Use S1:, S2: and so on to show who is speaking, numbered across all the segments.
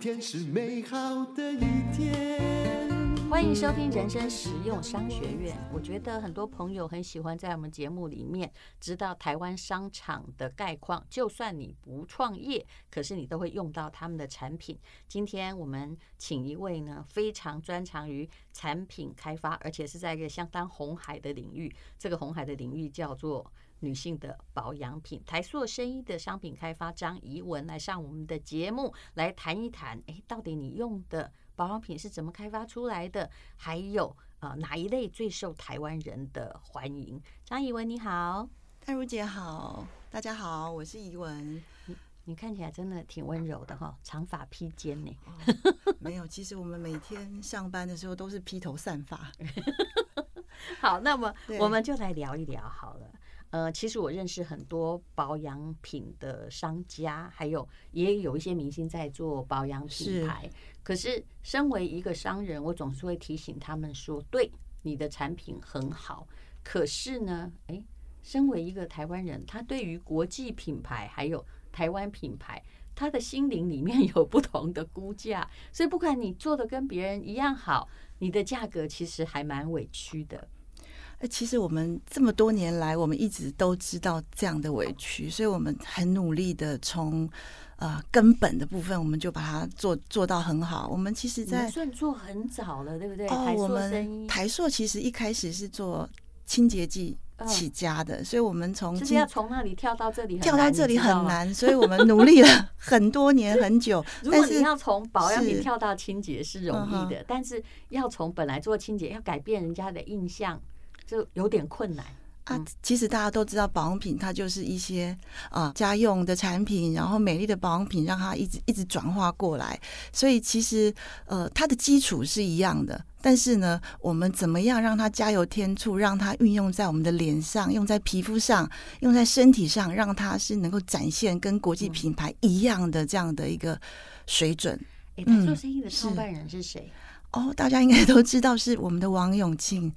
S1: 天是美好的一天。
S2: 欢迎收听人生实用商学院。我觉得很多朋友很喜欢在我们节目里面知道台湾商场的概况，就算你不创业，可是你都会用到他们的产品。今天我们请一位呢非常专长于产品开发，而且是在一个相当红海的领域。这个红海的领域叫做女性的保养品，台塑生医的商品开发张怡文来上我们的节目来谈一谈，诶，到底你用的保养品是怎么开发出来的？还有啊、呃哪一类最受台湾人的欢迎？张怡文你好，
S3: 泰如姐好，大家好，我是怡文。
S2: 你看起来真的挺温柔的哈、长发披肩呢。
S3: 没有，其实我们每天上班的时候都是披头散发。
S2: 好，那么
S3: 对
S2: 我们就来聊一聊好了。呃，其实我认识很多保养品的商家，还有也有一些明星在做保养品
S3: 是
S2: 牌。可是，身为一个商人，我总是会提醒他们说：对，你的产品很好，可是呢，诶，身为一个台湾人，他对于国际品牌还有台湾品牌，他的心灵里面 有不同的估价，所以不管你做的跟别人一样好，你的价格其实还蛮委屈的。
S3: 呃其实我们这么多年来，我们一直都知道这样的委屈，所以我们很努力的从呃根本的部分，我们就把它做做到很好。我们其实
S2: 你们
S3: 在，
S2: 算做很早了，对不对？
S3: 哦
S2: 嗯台，
S3: 我
S2: 塑生
S3: 们
S2: 意
S3: 台塑其实一开始是做清洁剂
S2: 嗯
S3: 起家的，所以我们从
S2: 就是
S3: 清
S2: 要从那里跳到这里很难，
S3: 跳到这里
S2: 你知道
S3: 很
S2: 吗。
S3: 难，所以我们努力了很多年很久。
S2: 如
S3: 但
S2: 果
S3: 是
S2: 你要从保养品
S3: 是嗯
S2: 跳到清洁是容易的，但是要从本来做清洁要改变人家的印象，就有点困难。
S3: 啊
S2: 嗯，
S3: 其实大家都知道，保养品它就是一些啊、家用的产品，然后美丽的保养品，让它一直一直转化过来。所以其实呃，它的基础是一样的，但是呢，我们怎么样让它加油添醋，让它运用在我们的脸上，用在皮肤上，用在身体上，让它是能够展现跟国际品牌一样的这样的一个水准。
S2: 哎，
S3: 嗯
S2: 他做生意的
S3: 是
S2: 创办人是谁？
S3: 哦，大家应该 都知道是我们的王永庆。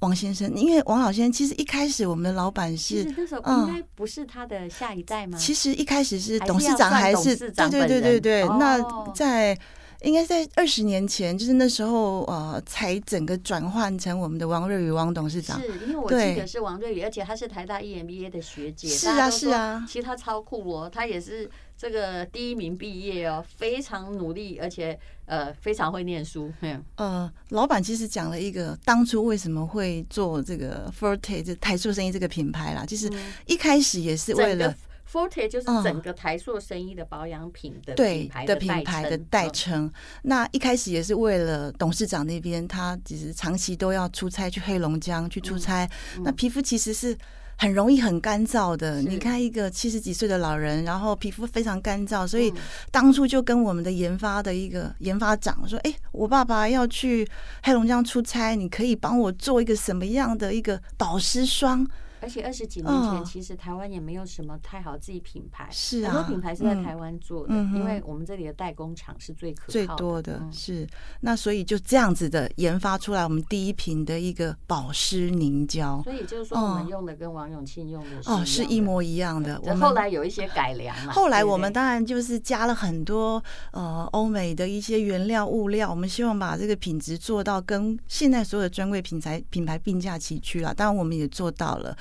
S3: 王先生，因为王老先生其实一开始我们的老板
S2: 其
S3: 是
S2: 实那时候应
S3: 嗯
S2: 该不是他的下一代吗？
S3: 其实一开始是
S2: 嗯还是
S3: 董事
S2: 要
S3: 长
S2: 算
S3: 还
S2: 董
S3: 是
S2: 事长
S3: 对对
S2: 本
S3: 对对
S2: 人
S3: 对。
S2: 哦
S3: 那在应该在二十年前，就是那时候呃，才整个转换成我们的王瑞宇王董事长。
S2: 是因为我记
S3: 对
S2: 得是王瑞宇，而且她是台大 E EMBA 的学姐。
S3: 是
S2: 大
S3: 啊
S2: 家都
S3: 是
S2: 说
S3: 啊
S2: 其实她超酷哦，她也是这个第一名毕业哦，非常努力，而且呃非常会念书。 嗯，
S3: 呃，老板其实讲了一个当初为什么会做这个 Forte 这台塑生意这个品牌啦，就是
S2: 嗯
S3: 一开始也是为
S2: 整
S3: 了
S2: 个 Forte 就是
S3: 嗯
S2: 整个台塑生意的保养品的
S3: 对
S2: 品牌
S3: 的品牌的代
S2: 称嗯
S3: 称。那一开始也是为了董事长那边，他其实长期都要出差去黑龙江去
S2: 嗯
S3: 出差，那皮肤其实是。很容易很干燥的，
S2: 是
S3: 你看一个七十几岁的老人，然后皮肤非常干燥，所以
S2: 嗯
S3: 当初就跟我们的研发的一个研发长说：“哎、我爸爸要去黑龙江出差，你可以帮我做一个什么样的一个保湿霜？”
S2: 而且二十几年前，
S3: 嗯
S2: 其实台湾也没有什么太好自己品牌，
S3: 是
S2: 很多
S3: 啊
S2: 品牌是在
S3: 嗯
S2: 台湾做的，
S3: 嗯哼
S2: 因为我们这里的代工厂是最可
S3: 最
S2: 靠
S3: 多的
S2: 嗯
S3: 是，那所以就这样子的研发出来我们第一瓶的一个保湿凝胶，
S2: 所以就是说，我们
S3: 哦
S2: 用的跟王永庆用的
S3: 哦，
S2: 是
S3: 是
S2: 样
S3: 一
S2: 的
S3: 模一样的。我
S2: 后
S3: 们
S2: 来有一些改良了。
S3: 后来
S2: 对不
S3: 我们
S2: 对
S3: 当然就是加了很多呃欧美的一些原料物料，我们希望把这个品质做到跟现在所有的专柜品牌品牌并驾齐驱啦。当然我们也做到了。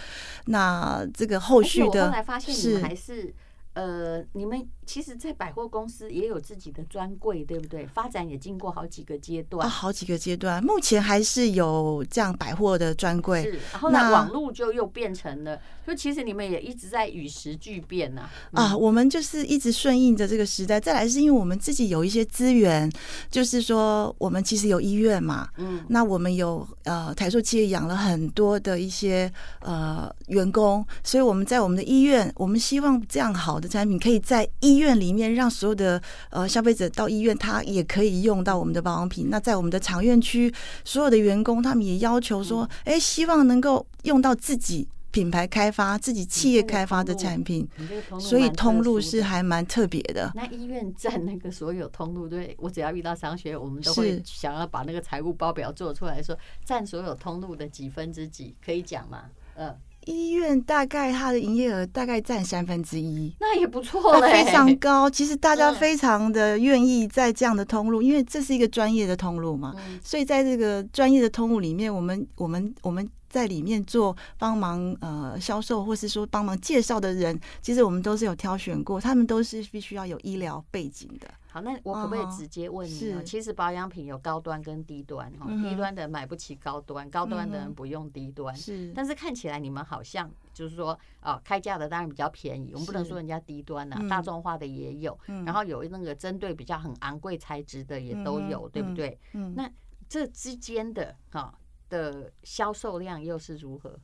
S3: 那这个后
S2: 而且
S3: 续
S2: 我
S3: 的
S2: 后来发现你
S3: 是
S2: 们还是。呃，你们其实，在百货公司也有自己的专柜，对不对？发展也经过好几个阶
S3: 啊
S2: 段，
S3: 好几个阶段，目前还是有这样百货的专柜。
S2: 是。后来
S3: 那
S2: 网络就又变成了，就其实你们也一直在与时俱变呐、嗯
S3: 啊，我们就是一直顺应着这个时代。再来是因为我们自己有一些资源，就是说我们其实有医院嘛，
S2: 嗯，
S3: 那我们有呃台塑企业养了很多的一些呃员工，所以我们在我们的医院，我们希望这样好的产品可以在医院里面让所有的呃消费者到医院，他也可以用到我们的保养品。那在我们的厂院区，所有的员工他们也要求说，
S2: 嗯
S3: 哎、希望能够用到自己品牌开发、自己企业
S2: 嗯
S3: 开发的产品。
S2: 你这个通路
S3: 所以
S2: 蛮特
S3: 通路
S2: 殊
S3: 是
S2: 的
S3: 还蛮特别的。
S2: 那医院占那个所有通路，对我只要遇到商学，我们都会
S3: 是
S2: 想要把那个财务报表做出来说，占所有通路的几分之几，可以讲吗？嗯，
S3: 医院大概它的营业额大概占三分之一。
S2: 那也不错嘞，
S3: 非 常高。其实大家
S2: 嗯
S3: 非常的愿意在这样的通路，因为这是一个专业的通路嘛，
S2: 嗯
S3: 所以在这个专业的通路里面，我们我们我们在里面做帮忙呃销售，或是说帮忙介绍的人，其实我们都是有挑选过，他们都是必须要有医疗背景的。
S2: 好，那我可不可以
S3: 嗯哼
S2: 直接问你哦？
S3: 是
S2: 其实保养品有高端跟低端哈，
S3: 嗯哼
S2: 低端的人买不起高端，高端的
S3: 嗯
S2: 人
S3: 哼
S2: 不用低端。
S3: 是，
S2: 但是看起来你们好像就是说，哦，开价的当然比较便宜，我们不能
S3: 是
S2: 说人家低端呐、
S3: 嗯
S2: 大众化的也有，
S3: 嗯
S2: 然后有那个针对比较很昂贵材质的也都有，
S3: 嗯
S2: 对不对？
S3: 嗯
S2: 那这之间的哈、的销售量又是如何？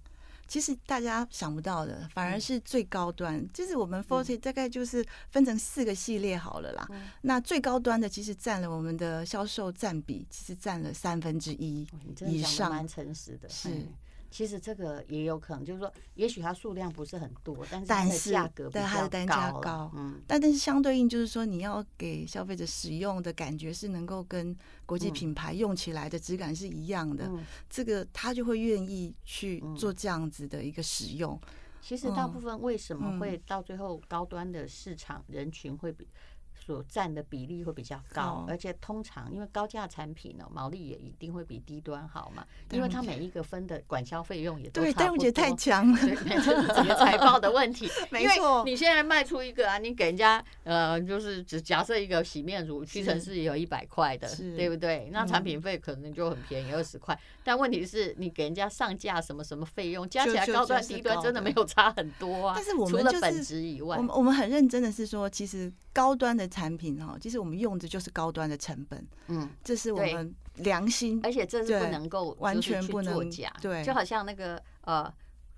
S3: 其实大家想不到的，反
S2: 嗯
S3: 而是最高端。就是我们 Forty 大概就是分成四个系列好了啦。
S2: 嗯
S3: 那最高端的其实占了我们的销售占比，其实占了三分之一
S2: 哦你真
S3: 以
S2: 的讲
S3: 上
S2: 的。蛮诚实的，
S3: 是
S2: 嗯。其实这个也有可能，就是说，也许它数量不是很多，但是它
S3: 但
S2: 的
S3: 是
S2: 价格比
S3: 但它的
S2: 较
S3: 单价
S2: 高了
S3: 高，
S2: 嗯，
S3: 但但是相对应，就是说你要给消费者使用的感觉是能够跟国际
S2: 嗯
S3: 品牌用起来的质感是一样的，
S2: 嗯
S3: 这个他就会愿意去
S2: 嗯
S3: 做这样子的一个使用。
S2: 其实大
S3: 嗯
S2: 部分为什么
S3: 嗯
S2: 会到最后高端的市场人群会比所占的比例会比较高
S3: 高，
S2: 而且通常因为高价产品呢、毛利也一定会比低端好嘛，
S3: 对
S2: 因为
S3: 我
S2: 它每一个分的管销费用也都
S3: 对，
S2: 差
S3: 但
S2: 不
S3: 我觉得太
S2: 多
S3: 强了。。
S2: 对，这是整个财报的问题
S3: 没
S2: 因为
S3: 错
S2: 你现在卖出一个啊，你给人家呃，就是只假设一个洗面乳，屈臣氏也有一百块的
S3: 是，嗯
S2: 对不对？那产品费可能就很便宜，二十块。但问题是你给人家上架什么什么费用，加起来
S3: 就
S2: 高端
S3: 就是
S2: 低端
S3: 高
S2: 真的
S3: 的
S2: 没有差很多啊。
S3: 但是我
S2: 除
S3: 们
S2: 了
S3: 就是
S2: 本质以外
S3: 我，们我们很认真的是说，其实高端的产品哈，其实我们用的就是高端的成本，
S2: 嗯。
S3: 这是我
S2: 对哎
S3: 们良心。
S2: 而且这是不
S3: 对
S2: 能够
S3: 完
S2: 就是
S3: 全
S2: 去
S3: 不
S2: 作
S3: 能
S2: 假，
S3: 对
S2: 就好像那个呃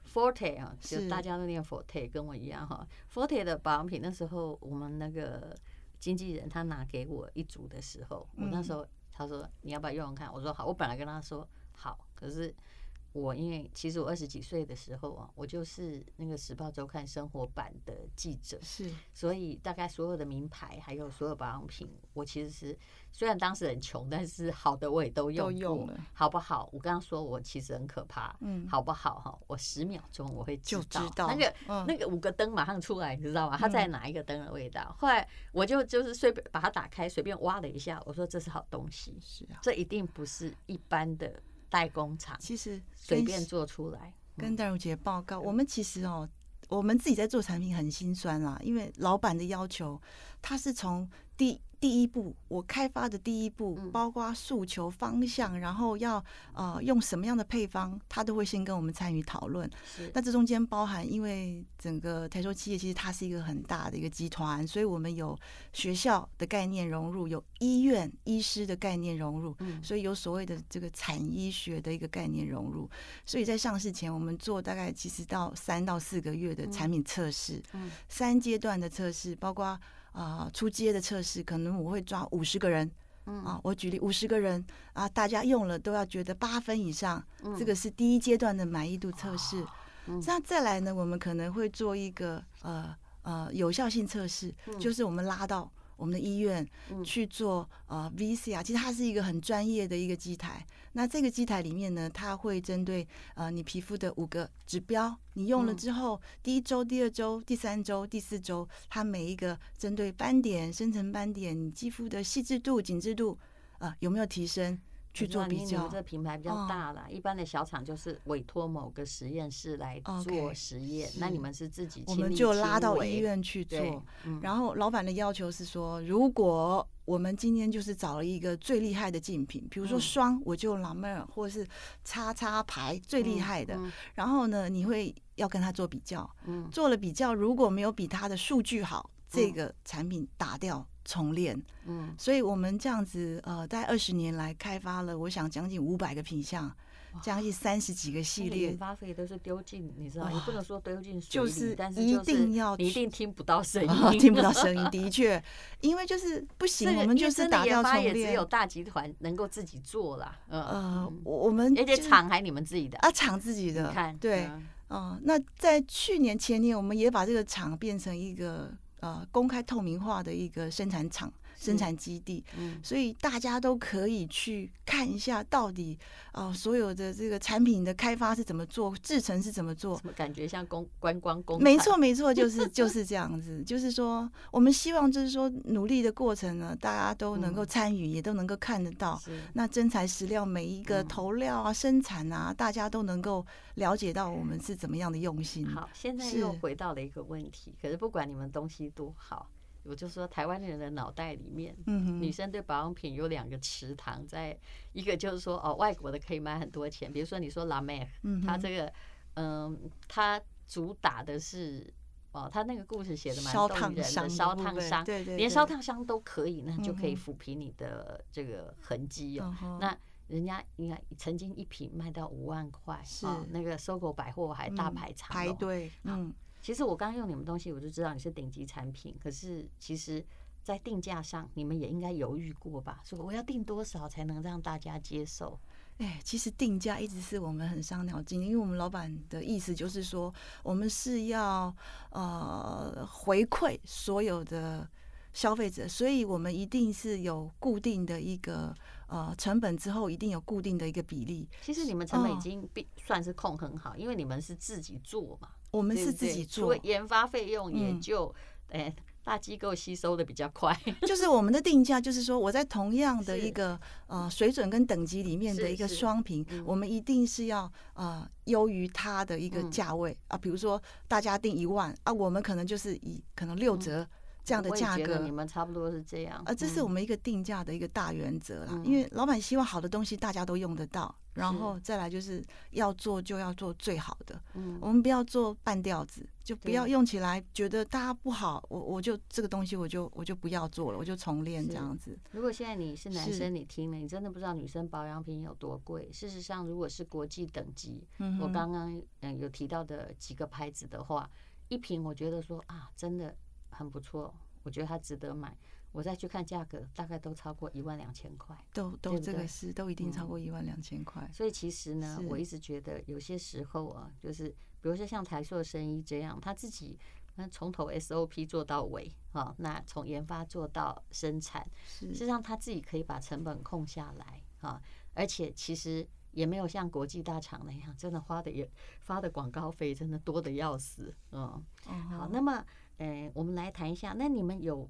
S2: Forte 啊，就是大家都念 Forte，跟我一样哈。Forte 的保养品那时候我们那个经纪人他拿给我一组的时候，我那
S3: 嗯
S2: 时候他说你要不要用用看，我说好，我本来跟他说好，可是。我因为其实我二十几岁的时候啊，我就是那个《时报周刊》生活版的记者，
S3: 是
S2: 所以大概所有的名牌还有所有保养品，我其实是虽然当时很穷，但是好的我也都用
S3: 都用
S2: 过
S3: 了
S2: 好不好？我刚刚说我其实很可怕，
S3: 嗯
S2: 好不好哈？我十秒钟我会
S3: 就
S2: 知
S3: 知道
S2: 那个、
S3: 嗯
S2: 那个五个灯马上出来，你知道吗？它在哪一个灯的味道？后来我就就是随便把它打开，随便挖了一下，我说这是好东西，
S3: 是啊，
S2: 这一定不是一般的代工厂
S3: 其实
S2: 随
S3: 跟
S2: 便嗯做出来。
S3: 跟戴茹姐报告，我们其实哦，我们自己在做产品很心酸啦，因为老板的要求，他是从第第一步，我开发的第一步
S2: 嗯，
S3: 包括诉求方向，然后要呃用什么样的配方，他都会先跟我们参与讨论。
S2: 是
S3: 那这中间包含，因为整个台州企业其实它是一个很大的一个集团，所以我们有学校的概念融入，有医院医师的概念融入，
S2: 嗯
S3: 所以有所谓的这个产医学的一个概念融入。所以在上市前，我们做大概其实到三到四个月的产品测试，
S2: 嗯
S3: 三阶段的测试，包括啊、出街的测试，可能我会抓五十个人。
S2: 嗯
S3: 啊，我举例五十个人啊，大家用了都要觉得八分以上，
S2: 嗯
S3: 这个是第一阶段的满意度测试。
S2: 嗯
S3: 那再来呢，我们可能会做一个呃呃有效性测试，就是我们拉到我们的医院
S2: 嗯
S3: 去做呃 VCR，其实它是一个很专业的一个机台。那这个机台里面呢，它会针对呃你皮肤的五个指标，你用了
S2: 嗯
S3: 之后，第一周、第二周、第三周、第四周，它每一个针对斑点、深层斑点、你肌肤的细致度、紧致度，呃有没有提升去
S2: 我知道
S3: 做
S2: 因
S3: 比
S2: 为你
S3: 较嗯
S2: 们这。个品牌比较大啦，一般的小厂就是委托某个实验室来做
S3: OK，
S2: 实验，那你
S3: 是
S2: 们是自己
S3: 我
S2: 亲
S3: 们
S2: 力
S3: 就
S2: 亲
S3: 拉到
S2: 为
S3: 医院去做，
S2: 对，嗯
S3: 然后老板的要求是说，如果我们今天就是找了一个最厉害的竞品，比如说
S2: 嗯
S3: 霜，我就朗妹儿或是叉叉牌最厉害的，
S2: 嗯
S3: 然后呢，你会要跟他做比较，
S2: 嗯
S3: 做了比较，如果没有比他的数据好，这
S2: 嗯
S3: 个产品打掉重练。
S2: 嗯，
S3: 所以我们这样子，呃，大概二十年来开发了，我想将近五百个品项，将近三十几个
S2: 那
S3: 系
S2: 个
S3: 列
S2: 研，发费都是丢进，你知道，
S3: 哇
S2: 也不能说丢进水
S3: 就
S2: 里
S3: 是
S2: 但是
S3: 一
S2: 就是
S3: 定要
S2: 你一
S3: 去
S2: 定听不到声
S3: 啊，
S2: 音，
S3: 听不到 声音，的确，因为就是不
S2: 这个。
S3: 行，我们
S2: 因为
S3: 就是
S2: 真的
S3: 打
S2: 研
S3: 掉
S2: 发
S3: 重
S2: 也只
S3: 练
S2: 有。大集团能够自己做啦，
S3: 呃
S2: 嗯，，
S3: 我我们
S2: 而且
S3: 就是
S2: 厂还你们自己的，
S3: 啊，厂自己
S2: 你
S3: 的
S2: 看，
S3: 对，
S2: 嗯
S3: 嗯，那在去年前年，我们也把这个厂变成一个呃公开透明化的一个生产厂、生产基地，
S2: 嗯
S3: 所以大家都可以去看一下到底啊、所有的这个产品的开发是怎么做，制成是怎么做。
S2: 怎么感觉像公观光工？
S3: 没错，，没 错，就是就是这样子，就是说，我们希望就是说，努力的过程呢，大家都能够参与，也都能够看得到。
S2: 是
S3: 那真材实料，每一个
S2: 嗯
S3: 投料啊、生产啊，大家都能够了解到我们是怎么样的用心。
S2: 好，现在
S3: 是
S2: 又回到了一个问题。可是不管你们东西多好，我就说台湾人的脑袋里面，
S3: 嗯哼，
S2: 女生对保养品有两个池塘在，一个就是说哦，外国的可以卖很多钱，比如说你说拉妹，
S3: 嗯哼
S2: 它这个嗯，它主打的是哦，它那个故事写的蛮
S3: 烧
S2: 动
S3: 烫
S2: 人的，
S3: 伤的
S2: 烧
S3: 部
S2: 烫
S3: 分
S2: 伤，
S3: 对对
S2: 连
S3: 对
S2: 烧烫伤都可以，那就可以
S3: 嗯哼
S2: 抚平你的这个痕迹哦。
S3: 嗯哼
S2: 那人家应该曾经一瓶卖到五万块，
S3: 是
S2: 哦那个搜狗百货还大
S3: 嗯
S2: 排长
S3: 排
S2: 龙。
S3: 队，嗯，
S2: 其实我刚用你们东西，我就知道你是顶级产品。可是其实，在定价上，你们也应该犹豫过吧？说我要定多少才能让大家接受？
S3: 哎，其实定价一直是我们很伤脑筋，因为我们老板的意思就是说，我们是要呃回馈所有的消费者，所以我们一定是有固定的一个呃成本之后，一定有固定的一个比例。
S2: 其实你们成本已
S3: 哦
S2: 经比算是控很好，因为你们是自己做嘛，
S3: 我
S2: 我
S3: 们是自己做，
S2: 研发费用也
S3: 嗯
S2: 就哎、大机构吸收的比较 快。
S3: 就是我们的定价，就是说我在同样的
S2: 是
S3: 一个呃水准跟等级里面的
S2: 是
S3: 一个
S2: 是
S3: 双屏
S2: 嗯，
S3: 我们一定是要呃优于它的一个
S2: 嗯
S3: 价位啊。比如说大家定一万啊，我们可能就是以可能六折这样的
S2: 嗯我也
S3: 价
S2: 觉得你
S3: 格。
S2: 们差不多是这样。
S3: 呃，这是
S2: 嗯
S3: 我们一个定价的一个大原则啦
S2: 嗯，
S3: 因为老板希望好的东西大家都用得到，然后再来就是要做就要做最好的，
S2: 嗯
S3: 我们不要做半吊子，就不
S2: 对
S3: 要用起来觉得大家不好，我我就这个东西我就我就不要做了，我就重练这
S2: 是
S3: 样子。
S2: 如果现在你是男
S3: 是
S2: 生，你听了，你真的不知道女生保养品有多贵。事实上，如果是国际等级，
S3: 嗯
S2: 我
S3: 哼
S2: 刚刚嗯有提到的几个牌子的话，一瓶我觉得说啊，真的很不错，我觉得它值得买。我再去看价格，大概都超过一万两千块。
S3: 都
S2: 对
S3: 都
S2: 不
S3: 这个
S2: 对嗯
S3: 是都一定超过一万两千块。
S2: 所以其实呢，
S3: 是
S2: 我一直觉得有些时候啊，就是比如说像台塑生医这样，他自己那从头 SOP 做到尾啊，那从研发做到生产，事
S3: 是
S2: 实上他自己可以把成本控下来啊，而且其实也没有像国际大厂那样，真的花的也发的广告费真的多的要死，嗯，好，
S3: 好
S2: 那么呃，我们来谈一下，那你们有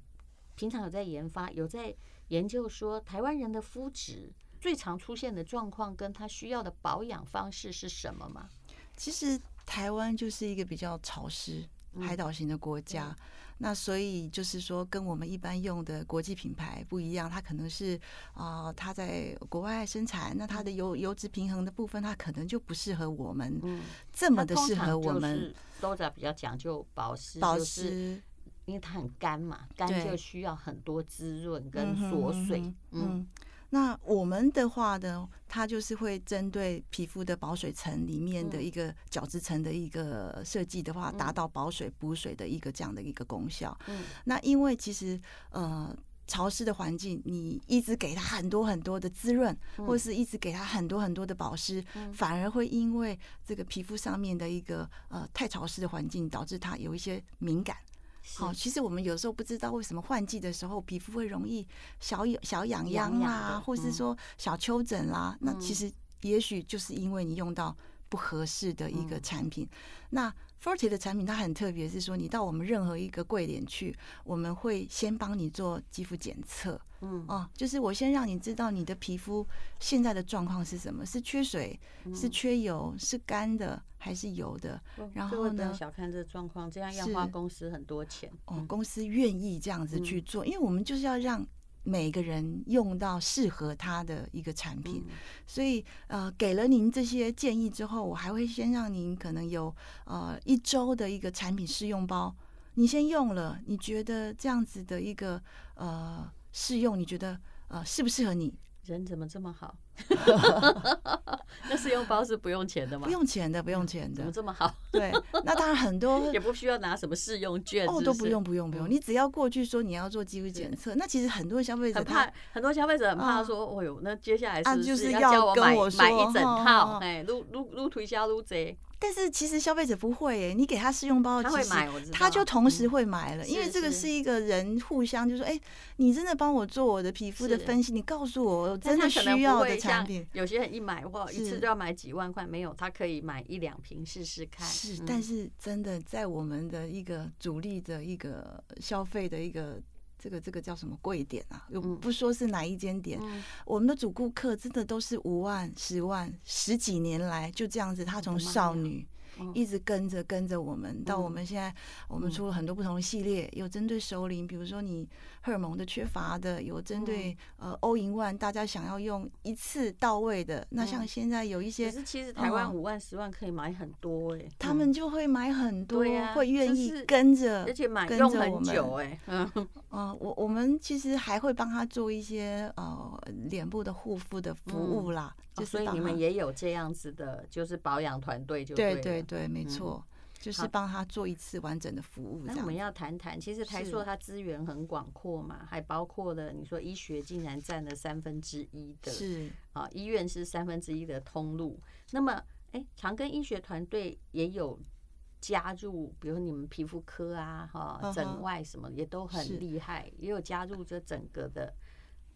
S2: 平常有在研发，有在研究说台湾人的肤质最常出现的状况跟他需要的保养方式是什么吗？
S3: 其实台湾就是一个比较潮湿。
S2: 嗯
S3: 海岛型的国家，那所以就是说，跟我们一般用的国际品牌不一样，它可能是啊、它在国外生产，那它的油油脂平衡的部分，它可能就不适合我们、
S2: 嗯，
S3: 这么的适合我
S2: 它通常就
S3: 们
S2: 是都在比较讲究保湿，
S3: 保
S2: 就是
S3: 湿。
S2: 因为它很干嘛，干
S3: 对
S2: 就需要很多滋润跟
S3: 嗯哼
S2: 锁水。
S3: 嗯哼
S2: 嗯，
S3: 嗯那我们的话呢，它就是会针对皮肤的保水层里面的
S2: 嗯
S3: 一个角质层的一个设计的话，达到保水补水的一个这样的一个功效。
S2: 嗯
S3: 那因为其实呃。潮湿的环境，你一直给它很多很多的滋润，
S2: 嗯
S3: 或是一直给它很多很多的保湿，反而会因为这个皮肤上面的一个呃太潮湿的环境，导致它有一些敏感。
S2: 是
S3: 好、其实我们有时候不知道为什么换季的时候皮肤会容易小痒小痒
S2: 痒痒
S3: 痒啦，
S2: 的
S3: 或是
S2: 嗯
S3: 说小丘疹啦，那其实也许就是因为你用到不合适的一个
S2: 嗯
S3: 产品。那 Forte 的产品它很特别，是说你到我们任何一个柜点去，我们会先帮你做肌肤检测，
S2: 嗯
S3: 哦，就是我先让你知道你的皮肤现在的状况是什么，是缺水，
S2: 嗯
S3: 是缺油，是干的还是油的，然
S2: 哦各
S3: 后
S2: 位不
S3: 呢
S2: 要小看这状况，这样要花
S3: 是
S2: 公司很多钱。嗯
S3: 哦，公司愿意这样子去做，因为我们就是要让每个人用到适合他的一个产品，
S2: 嗯
S3: 所以呃，给了您这些建议之后，我还会先让您可能有呃一周的一个产品试用包，你先用了，你觉得这样子的一个呃试用，你觉得呃适不适合你？
S2: 人怎么这么好？那试用包是不用钱的吗？
S3: 不，用钱的，不用钱
S2: 嗯怎
S3: 的
S2: 么。这么好？
S3: 对，那当然很多
S2: 也不需要拿什么试用券，
S3: 哦
S2: 是
S3: 都
S2: 是嗯
S3: 不用，不用不用，你只要过去说你要做肌肤检测，那其实很多消费者
S2: 很
S3: 他
S2: 怕很多消费者很怕
S3: 啊
S2: 说，哦呦，那接下来
S3: 啊
S2: 是不
S3: 就是是
S2: 要
S3: 要
S2: 叫我
S3: 跟
S2: 买
S3: 我
S2: 买
S3: 说
S2: 一整
S3: 哈
S2: 套？
S3: 哈
S2: 哎，撸撸撸推销撸贼，
S3: 但是其实消费者不会耶，你给他试用包，
S2: 他
S3: 其
S2: 会
S3: 实
S2: 买，我知道，
S3: 他就同时
S2: 嗯
S3: 会买了，因为
S2: 是
S3: 这个
S2: 是
S3: 是一个人互相就说，哎，你真的帮我做我的皮肤的
S2: 是
S3: 分析，你告诉我我
S2: 但
S3: 真
S2: 他
S3: 的
S2: 可能不
S3: 需要
S2: 会
S3: 的产
S2: 像
S3: 品。
S2: 有些人一买哇，一次
S3: 是
S2: 就要买几万块，没有，他可以买一两瓶试试看。
S3: 是
S2: 嗯，
S3: 但是真的在我们的一个主力的一个消费的一个这个这个叫什么贵点啊？又
S2: 嗯
S3: 不说是哪一间点，
S2: 嗯
S3: 我们的主顾客真的都是五万、十万，十几年来就这样子，他从少女
S2: 嗯
S3: 一直跟着跟着我们，到我们现在，我们出了很多不同的系列，有针对首领，比如说你荷尔蒙的缺乏的，有针对
S2: 嗯
S3: 呃欧银万，大家想要用一次到位的，那像现在有一
S2: 可
S3: 些。
S2: 嗯是其实台湾
S3: 嗯
S2: 五万十万可以买很多哎，
S3: 他
S2: 嗯
S3: 们就会买很多，
S2: 对啊
S3: 会愿意
S2: 就是
S3: 跟着，
S2: 而且买
S3: 跟
S2: 用
S3: 着我
S2: 很
S3: 们
S2: 久哎，嗯，
S3: 啊、我我们其实还会帮他做一些呃脸部的护肤的服务啦，
S2: 哦
S3: 就是
S2: 所以
S3: 帮
S2: 你们
S3: 他
S2: 也有这样子的，就是保养团队就
S3: 对
S2: 了
S3: 对对，没
S2: 嗯
S3: 错，就是
S2: 好
S3: 帮他做一次完整的服务这
S2: 那我们
S3: 样。
S2: 要谈谈，其实台塑
S3: 是
S2: 它资源很广阔嘛，还包括了你说医学竟然占了三分之一的，
S3: 是
S2: 啊，医院是三分之一的通路。那么，哎，长庚医学团队也有加入，比如你们皮肤科啊、哈、
S3: 嗯哼
S2: 诊外什么也都
S3: 是
S2: 很厉害，也有加入这整个的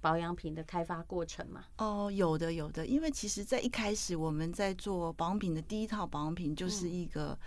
S2: 保养品的开发过程嘛。
S3: 哦，有的有的，因为其实，在一开始我们在做保养品的第一套保养品
S2: 嗯
S3: 就是一个。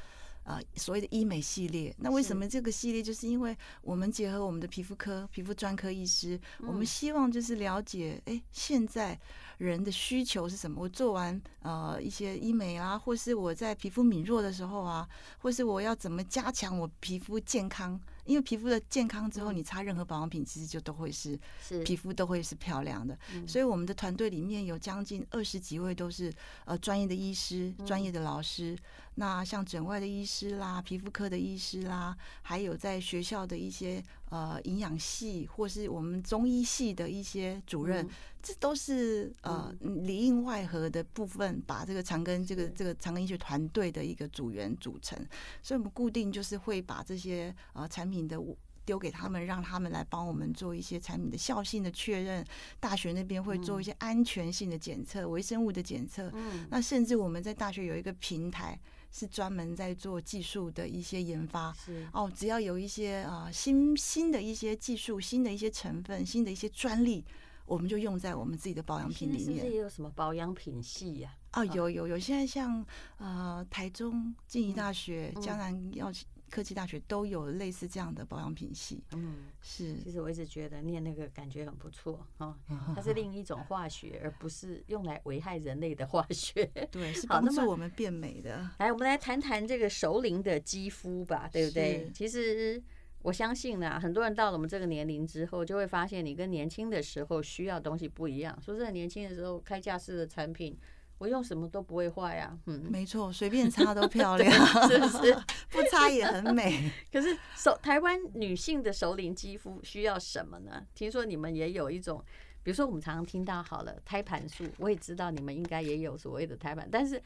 S3: 呃，所谓的医美系列，那为
S2: 是
S3: 什么这个系列？就是因为我们结合我们的皮肤科、皮肤专科医师，我
S2: 嗯
S3: 们希望就是了解，哎、现在人的需求是什么？我做完呃一些医美啊，或是我在皮肤敏弱的时候啊，或是我要怎么加强我皮肤健康？因为皮肤的健康之后，
S2: 嗯
S3: 你擦任何保养品，其实就都会是
S2: 是，
S3: 皮肤都会是漂亮的。
S2: 嗯
S3: 所以我们的团队里面有将近二十几位都是呃专业的医师、
S2: 嗯
S3: 专业的老师。那像诊外的医师啦、皮肤科的医师啦，还有在学校的一些呃营养系或是我们中医系的一些主任，
S2: 嗯
S3: 这都是呃里应外合的部分，把这个长庚这个
S2: 是
S3: 这个长庚医学团队的一个组员组成。所以我们固定就是会把这些呃产品的物丢给他们，让他们来帮我们做一些产品的效性的确认。大学那边会做一些安全性的检测、微生物的检测。
S2: 嗯，
S3: 那甚至我们在大学有一个平台，是专门在做技术的一些研发。
S2: 是
S3: 哦，只要有一些啊、呃新新的一些技术、新的一些成分、新的一些专利，我们就用在我们自己的保养
S2: 现在
S3: 品里
S2: 是不
S3: 面
S2: 是。也有什么保养品系呀、
S3: 哦，有有有，现在像呃台中静宜
S2: 嗯嗯
S3: 大学、
S2: 嗯
S3: 江南药科技大学都有类似这样的保养品系，
S2: 嗯，
S3: 是
S2: 其实我一直觉得念那个感觉很不错 哦，它是另一种化学，而不是用来危害人类的化学。
S3: 对，是
S2: 好
S3: 帮
S2: 那么
S3: 助我们变美的。
S2: 来，我们来谈谈这个熟龄的肌肤吧，对不对
S3: 是？
S2: 其实我相信呢、很多人到了我们这个年龄之后，就会发现你跟年轻的时候需要的东西不一样。说真的，年轻的时候开架式的产品，我用什么都不会坏啊，嗯，
S3: 没错，随便 擦都漂亮，
S2: 是不是？
S3: 不擦也 很美。
S2: 可是手台湾女性的熟龄肌肤需要什么呢？听说你们也有一种，比如说我们常常听到好了胎盘素，我也知道你们应该也有所谓的胎盘，但是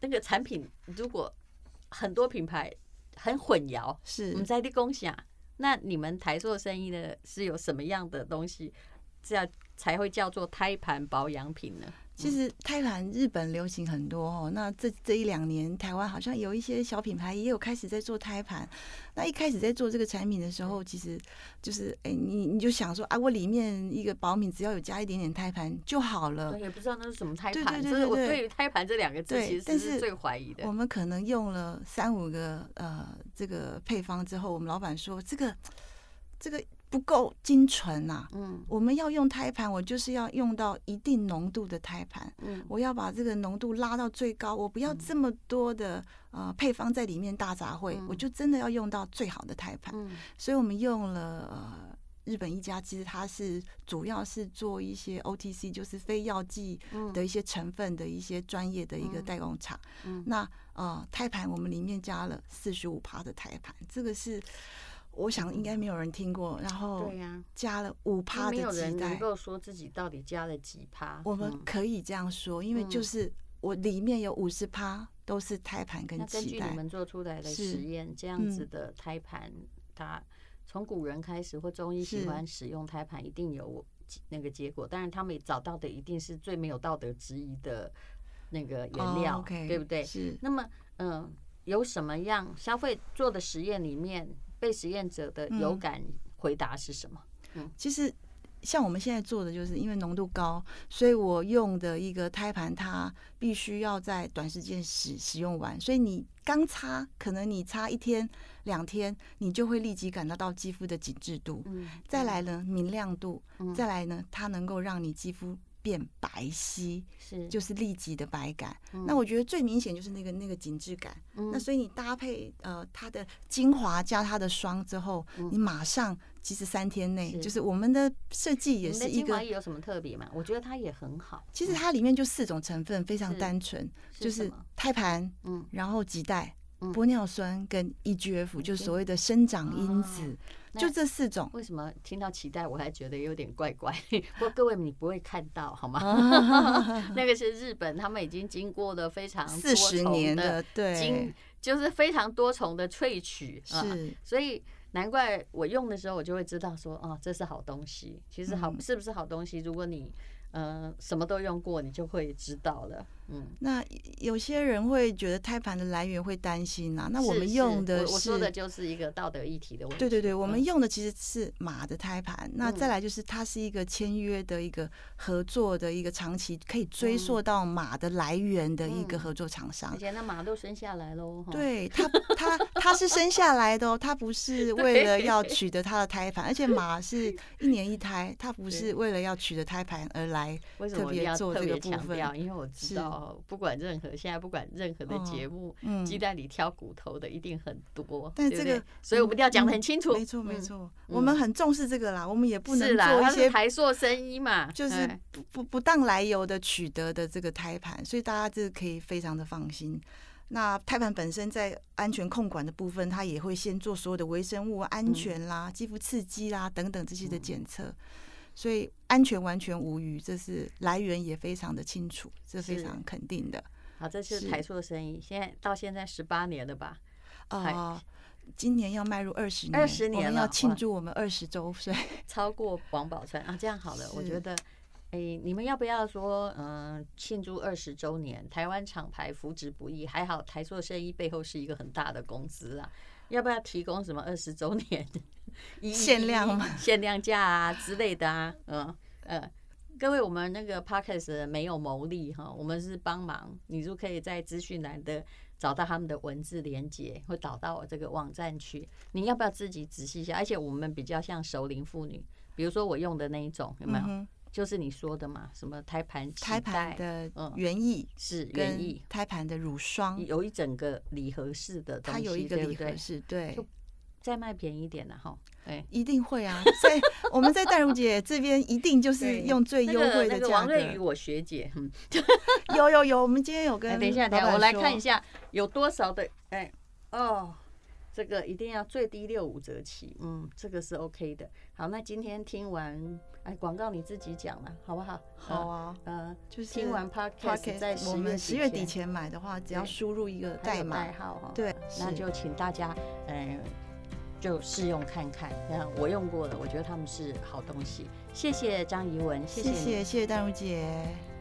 S2: 那个产品如果很多品牌很混淆，我们
S3: 是
S2: 在地共享，那你们台做生意的是有什么样的东西，这样才会叫做胎盘保养品呢？
S3: 其实胎盘日本流行很多哦，那这这一两年台湾好像有一些小品牌也有开始在做胎盘。那一开始在做这个产品的时候，其实就是哎、你你就想说啊，我里面一个保养品只要有加一点点胎盘就好了
S2: 我。呃也不知道那是什么胎
S3: 对
S2: 盘，
S3: 对对
S2: 所以我
S3: 对对
S2: 对于胎盘这两个字
S3: 对
S2: 其实
S3: 但
S2: 是嗯
S3: 是
S2: 最怀疑的
S3: 我。们可能用了三五个呃这个配方之后，我们老板说这个这个不够精纯呐、
S2: 嗯
S3: 我们要用胎盘，我就是要用到一定浓度的胎盘，
S2: 嗯，
S3: 我要把这个浓度拉到最高，我不要这么多的呃配方在里面大杂烩，
S2: 嗯
S3: 我就真的要用到最好的胎盘。
S2: 嗯
S3: 所以我们用了呃日本一家，其实它是主要是做一些 OTC，就是非药剂
S2: 嗯
S3: 的一些成分的一些专业的一个
S2: 嗯
S3: 代工厂。
S2: 嗯
S3: 那呃胎盘我们里面加了四十五趴的胎盘，这个是我想应该没有人听过。然后
S2: 对呀、
S3: 加了五
S2: 他
S3: 趴
S2: 没有
S3: 的
S2: 人
S3: 鸡
S2: 能
S3: 蛋，
S2: 够说自己到底加了几趴。
S3: 我们
S2: 嗯
S3: 可以这样说，因为就是我里面有五十趴都是胎盘跟
S2: 那根
S3: 脐
S2: 据你
S3: 带，
S2: 们做出来的
S3: 是
S2: 实验，这样子
S3: 嗯
S2: 的胎盘，它从古人开始或中医喜
S3: 是
S2: 欢使用胎盘，一定有那个结果。当然，他们找到的一定是最没有道德质疑的那个原料，
S3: 哦，OK，
S2: 对不对？
S3: 是
S2: 那么，嗯、有什么样消费做的实验里面，被实验者的有
S3: 嗯
S2: 感回答是什么？
S3: 其实像我们现在做的，就是因为浓度高，所以我用的一个胎盘，它必须要在短时间使使用完。所以你刚擦，可能你擦一天两天，你就会立即感到到肌肤的紧致度。
S2: 嗯，
S3: 再
S2: 嗯
S3: 来呢，明亮度
S2: 嗯；
S3: 再来呢，它能够让你肌肤变白皙，
S2: 是
S3: 就是立即的白感。
S2: 嗯
S3: 那我觉得最明显就是那个那个紧致感。那所以你搭配呃它的精华加它的霜之后，你马上其实三天
S2: 嗯
S3: 内
S2: 是
S3: 就是我们的设计也
S2: 你们
S3: 是
S2: 的
S3: 一
S2: 精华
S3: 个
S2: 液，有什么特别吗？我觉得它也很好。
S3: 其实
S2: 嗯
S3: 它里面就四种成分非常
S2: 是
S3: 单纯，
S2: 是
S3: 就
S2: 什
S3: 是
S2: 么
S3: 胎盘，
S2: 嗯
S3: 然后脐带、
S2: 嗯，E
S3: 玻尿酸跟 EGF，就是所谓的生长因子，
S2: 哦那
S3: 就这四种。
S2: 为什么听到脐带我还觉得有点怪怪？ 不过各位你不会看到好吗？ 那个是日本，他们已经经过了非常
S3: 四十
S2: 多重
S3: 年
S2: 的
S3: 的对
S2: 经，，就是非常多重的萃取，啊
S3: 是
S2: 所以难怪我用的时候我就会知道说，哦，这是好东西。其实好、
S3: 嗯
S2: 是不是好东西？如果你呃什么都用过，你就会知道了。嗯，
S3: 那有些人会觉得胎盘的来源会担心啊呐、那我
S2: 是
S3: 们
S2: 是
S3: 用的
S2: 我我说
S3: 是
S2: 的就是一个道德议题的问题。
S3: 对对对，我们
S2: 嗯
S3: 用的其实是马的胎盘，那再
S2: 嗯
S3: 来就是它是一个签约的一个合作的一个长期可以追溯到马的来源的一个
S2: 嗯哦
S3: 合作厂商
S2: 而。且那马都生下来喽，哈，
S3: 对它，它它是生下来的哦，它不是为了 要取得它的胎盘，而且马是一年一胎，它不
S2: 对
S3: 是为了要取得胎盘而来。
S2: 为什么
S3: 特
S2: 我一
S3: 别
S2: 定要
S3: 做
S2: 特
S3: 这
S2: 别
S3: 个部
S2: 强
S3: 分
S2: 调？因为我知
S3: 是
S2: 道，不管任何现在不管任何的节目，
S3: 嗯，
S2: 鸡蛋里挑骨头的一定很多，
S3: 但
S2: 对不
S3: 这个
S2: 对所以我们一定要讲的
S3: 嗯
S2: 很清楚。
S3: 没错没
S2: 嗯，
S3: 错，我们
S2: 嗯
S3: 很重视这个啦，我们也不能
S2: 是啦，
S3: 做
S2: 他
S3: 一
S2: 是
S3: 些
S2: 台塑生医嘛，
S3: 就是
S2: 哎
S3: 不不不当来由的取得的这个胎盘，所以大家这可以非常的放心。那胎盘本身在安全控管的部分，它也会先做所有的微生物啊
S2: 嗯
S3: 安全啦、肌肤刺激啦等等这些的检测，所以安全完全无虞，这是来源也非常的清楚，这
S2: 是
S3: 非常肯定的。
S2: 好，这是
S3: 是
S2: 台塑生意，现在到现在十八年了吧？嗨
S3: 啊，今年要迈入二十年，
S2: 20
S3: 我
S2: 年
S3: 们
S2: 了
S3: 要
S2: 哇
S3: 庆祝我们二十 周岁。
S2: 超过王宝钏啊，这样好了，我
S3: 是
S2: 觉得，哎、你们要不要说，嗯、庆祝二十周年？台湾厂牌扶植不易，还好台塑生意背后是一个很大的公司啊，要不要提供什么二十周年一一
S3: 限量吗
S2: 一限量价啊之类的啊，嗯呃。各位，我们那个 podcast 没有牟利哈，我们是帮忙，你就可以在资讯栏的找到他们的文字连接，会导到我这个网站去。你要不要自己仔细一下？而且我们比较像熟龄妇女，比如说我用的那一种，有没有？
S3: 嗯哼
S2: 就是你说的嘛，什么胎盘脐带、
S3: 胎盘的
S2: 嗯
S3: 原意
S2: 是原
S3: 跟
S2: 意，
S3: 胎盘的乳霜，
S2: 有一整个礼盒式的东
S3: 它
S2: 西，
S3: 有一个
S2: 对不
S3: 礼盒
S2: 对？
S3: 是对
S2: 就。再卖便宜一点的哈，对。
S3: 一定会啊， 在我们在淡如姐这边，一定就是
S2: 对
S3: 用最
S2: 那
S3: 优
S2: 个
S3: 惠
S2: 那
S3: 的
S2: 个
S3: 价
S2: 王
S3: 格。
S2: 瑞宇，我学姐，嗯，
S3: 有有有，我们今天有跟
S2: 哎，等一下，等一下，
S3: 老板
S2: 我来
S3: 说
S2: 看一下有多少的，哎，哦，这个一定要最低六五折起，嗯，这个是 OK 的。好，那今天听完，哎，广告你自己讲了，好不好？
S3: 好啊，
S2: 呃，
S3: 就是
S2: 听完 podcast 在
S3: Podcast，我们
S2: 十
S3: 十
S2: 月
S3: 月底前买的话，只要
S2: 对
S3: 输入一个
S2: 还
S3: 代
S2: 有
S3: 码
S2: 代，号哈，
S3: 对
S2: 那
S3: 是
S2: 就请大家嗯、呃就试用看看。那我用过了，我觉得他们是好东西。谢谢张怡文，谢
S3: 谢
S2: 谢你。
S3: 谢谢谢淡如姐。